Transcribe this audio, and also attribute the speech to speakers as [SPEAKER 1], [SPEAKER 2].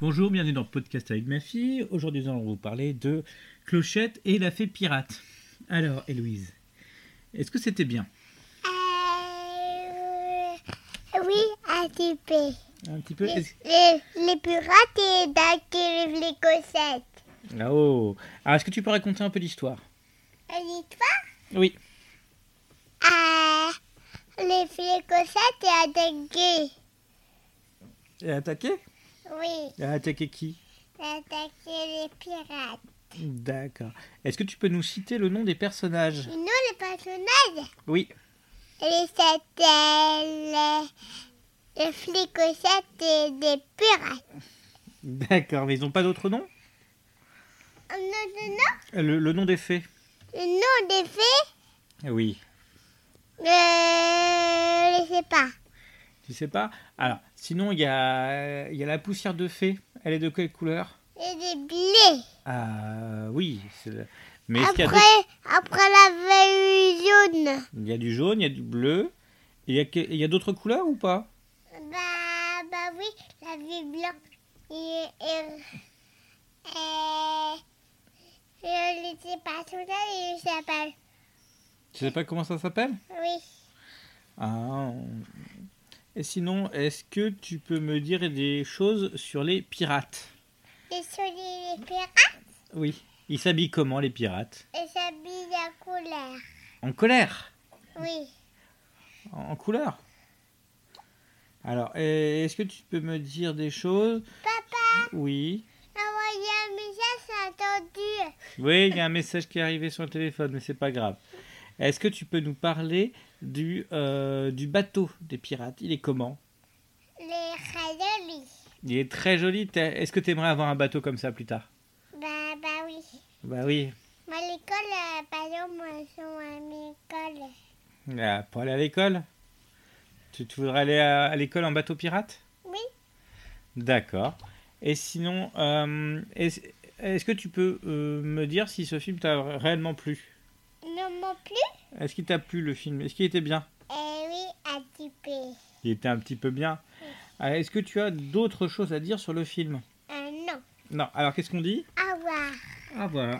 [SPEAKER 1] Bonjour, bienvenue dans Podcast avec ma fille. Aujourd'hui, nous allons vous parler de Clochette et la fée pirate. Alors, Héloïse, est-ce que c'était bien
[SPEAKER 2] Euh, oui, un petit peu.
[SPEAKER 1] Un petit peu.
[SPEAKER 2] Les,
[SPEAKER 1] est-ce-
[SPEAKER 2] les, les pirates et d'activer les cossettes.
[SPEAKER 1] Ah, Oh Alors, est-ce que tu peux raconter un peu l'histoire
[SPEAKER 2] Une histoire
[SPEAKER 1] Oui.
[SPEAKER 2] euh, Les les cossettes et attaquer.
[SPEAKER 1] Et attaquer
[SPEAKER 2] Oui,
[SPEAKER 1] Attaquer qui
[SPEAKER 2] attaquer les pirates.
[SPEAKER 1] D'accord. Est-ce que tu peux nous citer le nom des personnages
[SPEAKER 2] Nous, les personnages,
[SPEAKER 1] Oui.
[SPEAKER 2] les satellés, les flics cossettes et des pirates.
[SPEAKER 1] D'accord, mais ils n'ont pas d'autre nom
[SPEAKER 2] Euh, Non, non, non.
[SPEAKER 1] le, le nom des fées
[SPEAKER 2] Le nom des faits,
[SPEAKER 1] Oui.
[SPEAKER 2] euh, je ne sais pas.
[SPEAKER 1] Tu sais pas Alors, sinon, il y a, il y a la poussière de fée. Elle est de quelle couleur
[SPEAKER 2] Et des blés.
[SPEAKER 1] Ah, oui. c'est- Mais est-ce qu'il y a d'autres-
[SPEAKER 2] Après, après la veille jaune.
[SPEAKER 1] Il y a du jaune, il y a du bleu. Il y a, que- il y a d'autres couleurs ou pas
[SPEAKER 2] Bah, bah oui, la vie blanche. Et, et, et, et les petits personnages, ils s'appellent.
[SPEAKER 1] Tu sais pas comment ça s'appelle
[SPEAKER 2] Oui.
[SPEAKER 1] Ah. on- Et sinon, est-ce que tu peux me dire des choses sur les pirates
[SPEAKER 2] Ils sont les les pirates
[SPEAKER 1] Oui. Ils s'habillent comment les pirates
[SPEAKER 2] et s'habillent la couleur.
[SPEAKER 1] En colère
[SPEAKER 2] Oui.
[SPEAKER 1] En, en couleur Alors, euh, est-ce que tu peux me dire des choses
[SPEAKER 2] Papa,
[SPEAKER 1] Oui.
[SPEAKER 2] envoyez un message, c'est attendu.
[SPEAKER 1] Oui, il y a un message qui est arrivé sur le téléphone, mais c'est pas grave. Est-ce que tu peux nous parler du, euh, du bateau des pirates Il est comment
[SPEAKER 2] Les rayolis.
[SPEAKER 1] Il est très joli. T'as- Est-ce que tu aimerais avoir un bateau comme ça plus tard
[SPEAKER 2] Bah, bah oui.
[SPEAKER 1] Bah oui.
[SPEAKER 2] Moi, l'école, euh, par exemple, moi, je suis à l'école.
[SPEAKER 1] Ah, pour aller à l'école tu, tu voudrais aller à, à l'école en bateau pirate
[SPEAKER 2] Oui.
[SPEAKER 1] D'accord. Et sinon, euh, est-ce est-ce que tu peux euh, me dire si ce film t'a réellement plu
[SPEAKER 2] Non, non plus.
[SPEAKER 1] Est-ce qu'il t'a plu le film Est-ce qu'il était bien
[SPEAKER 2] Eh oui, un petit peu.
[SPEAKER 1] Il était un petit peu bien. Ah, Est-ce que tu as d'autres choses à dire sur le film
[SPEAKER 2] Un an.
[SPEAKER 1] Non. Alors qu'est-ce qu'on dit
[SPEAKER 2] Ah Au revoir.
[SPEAKER 1] Ah voilà.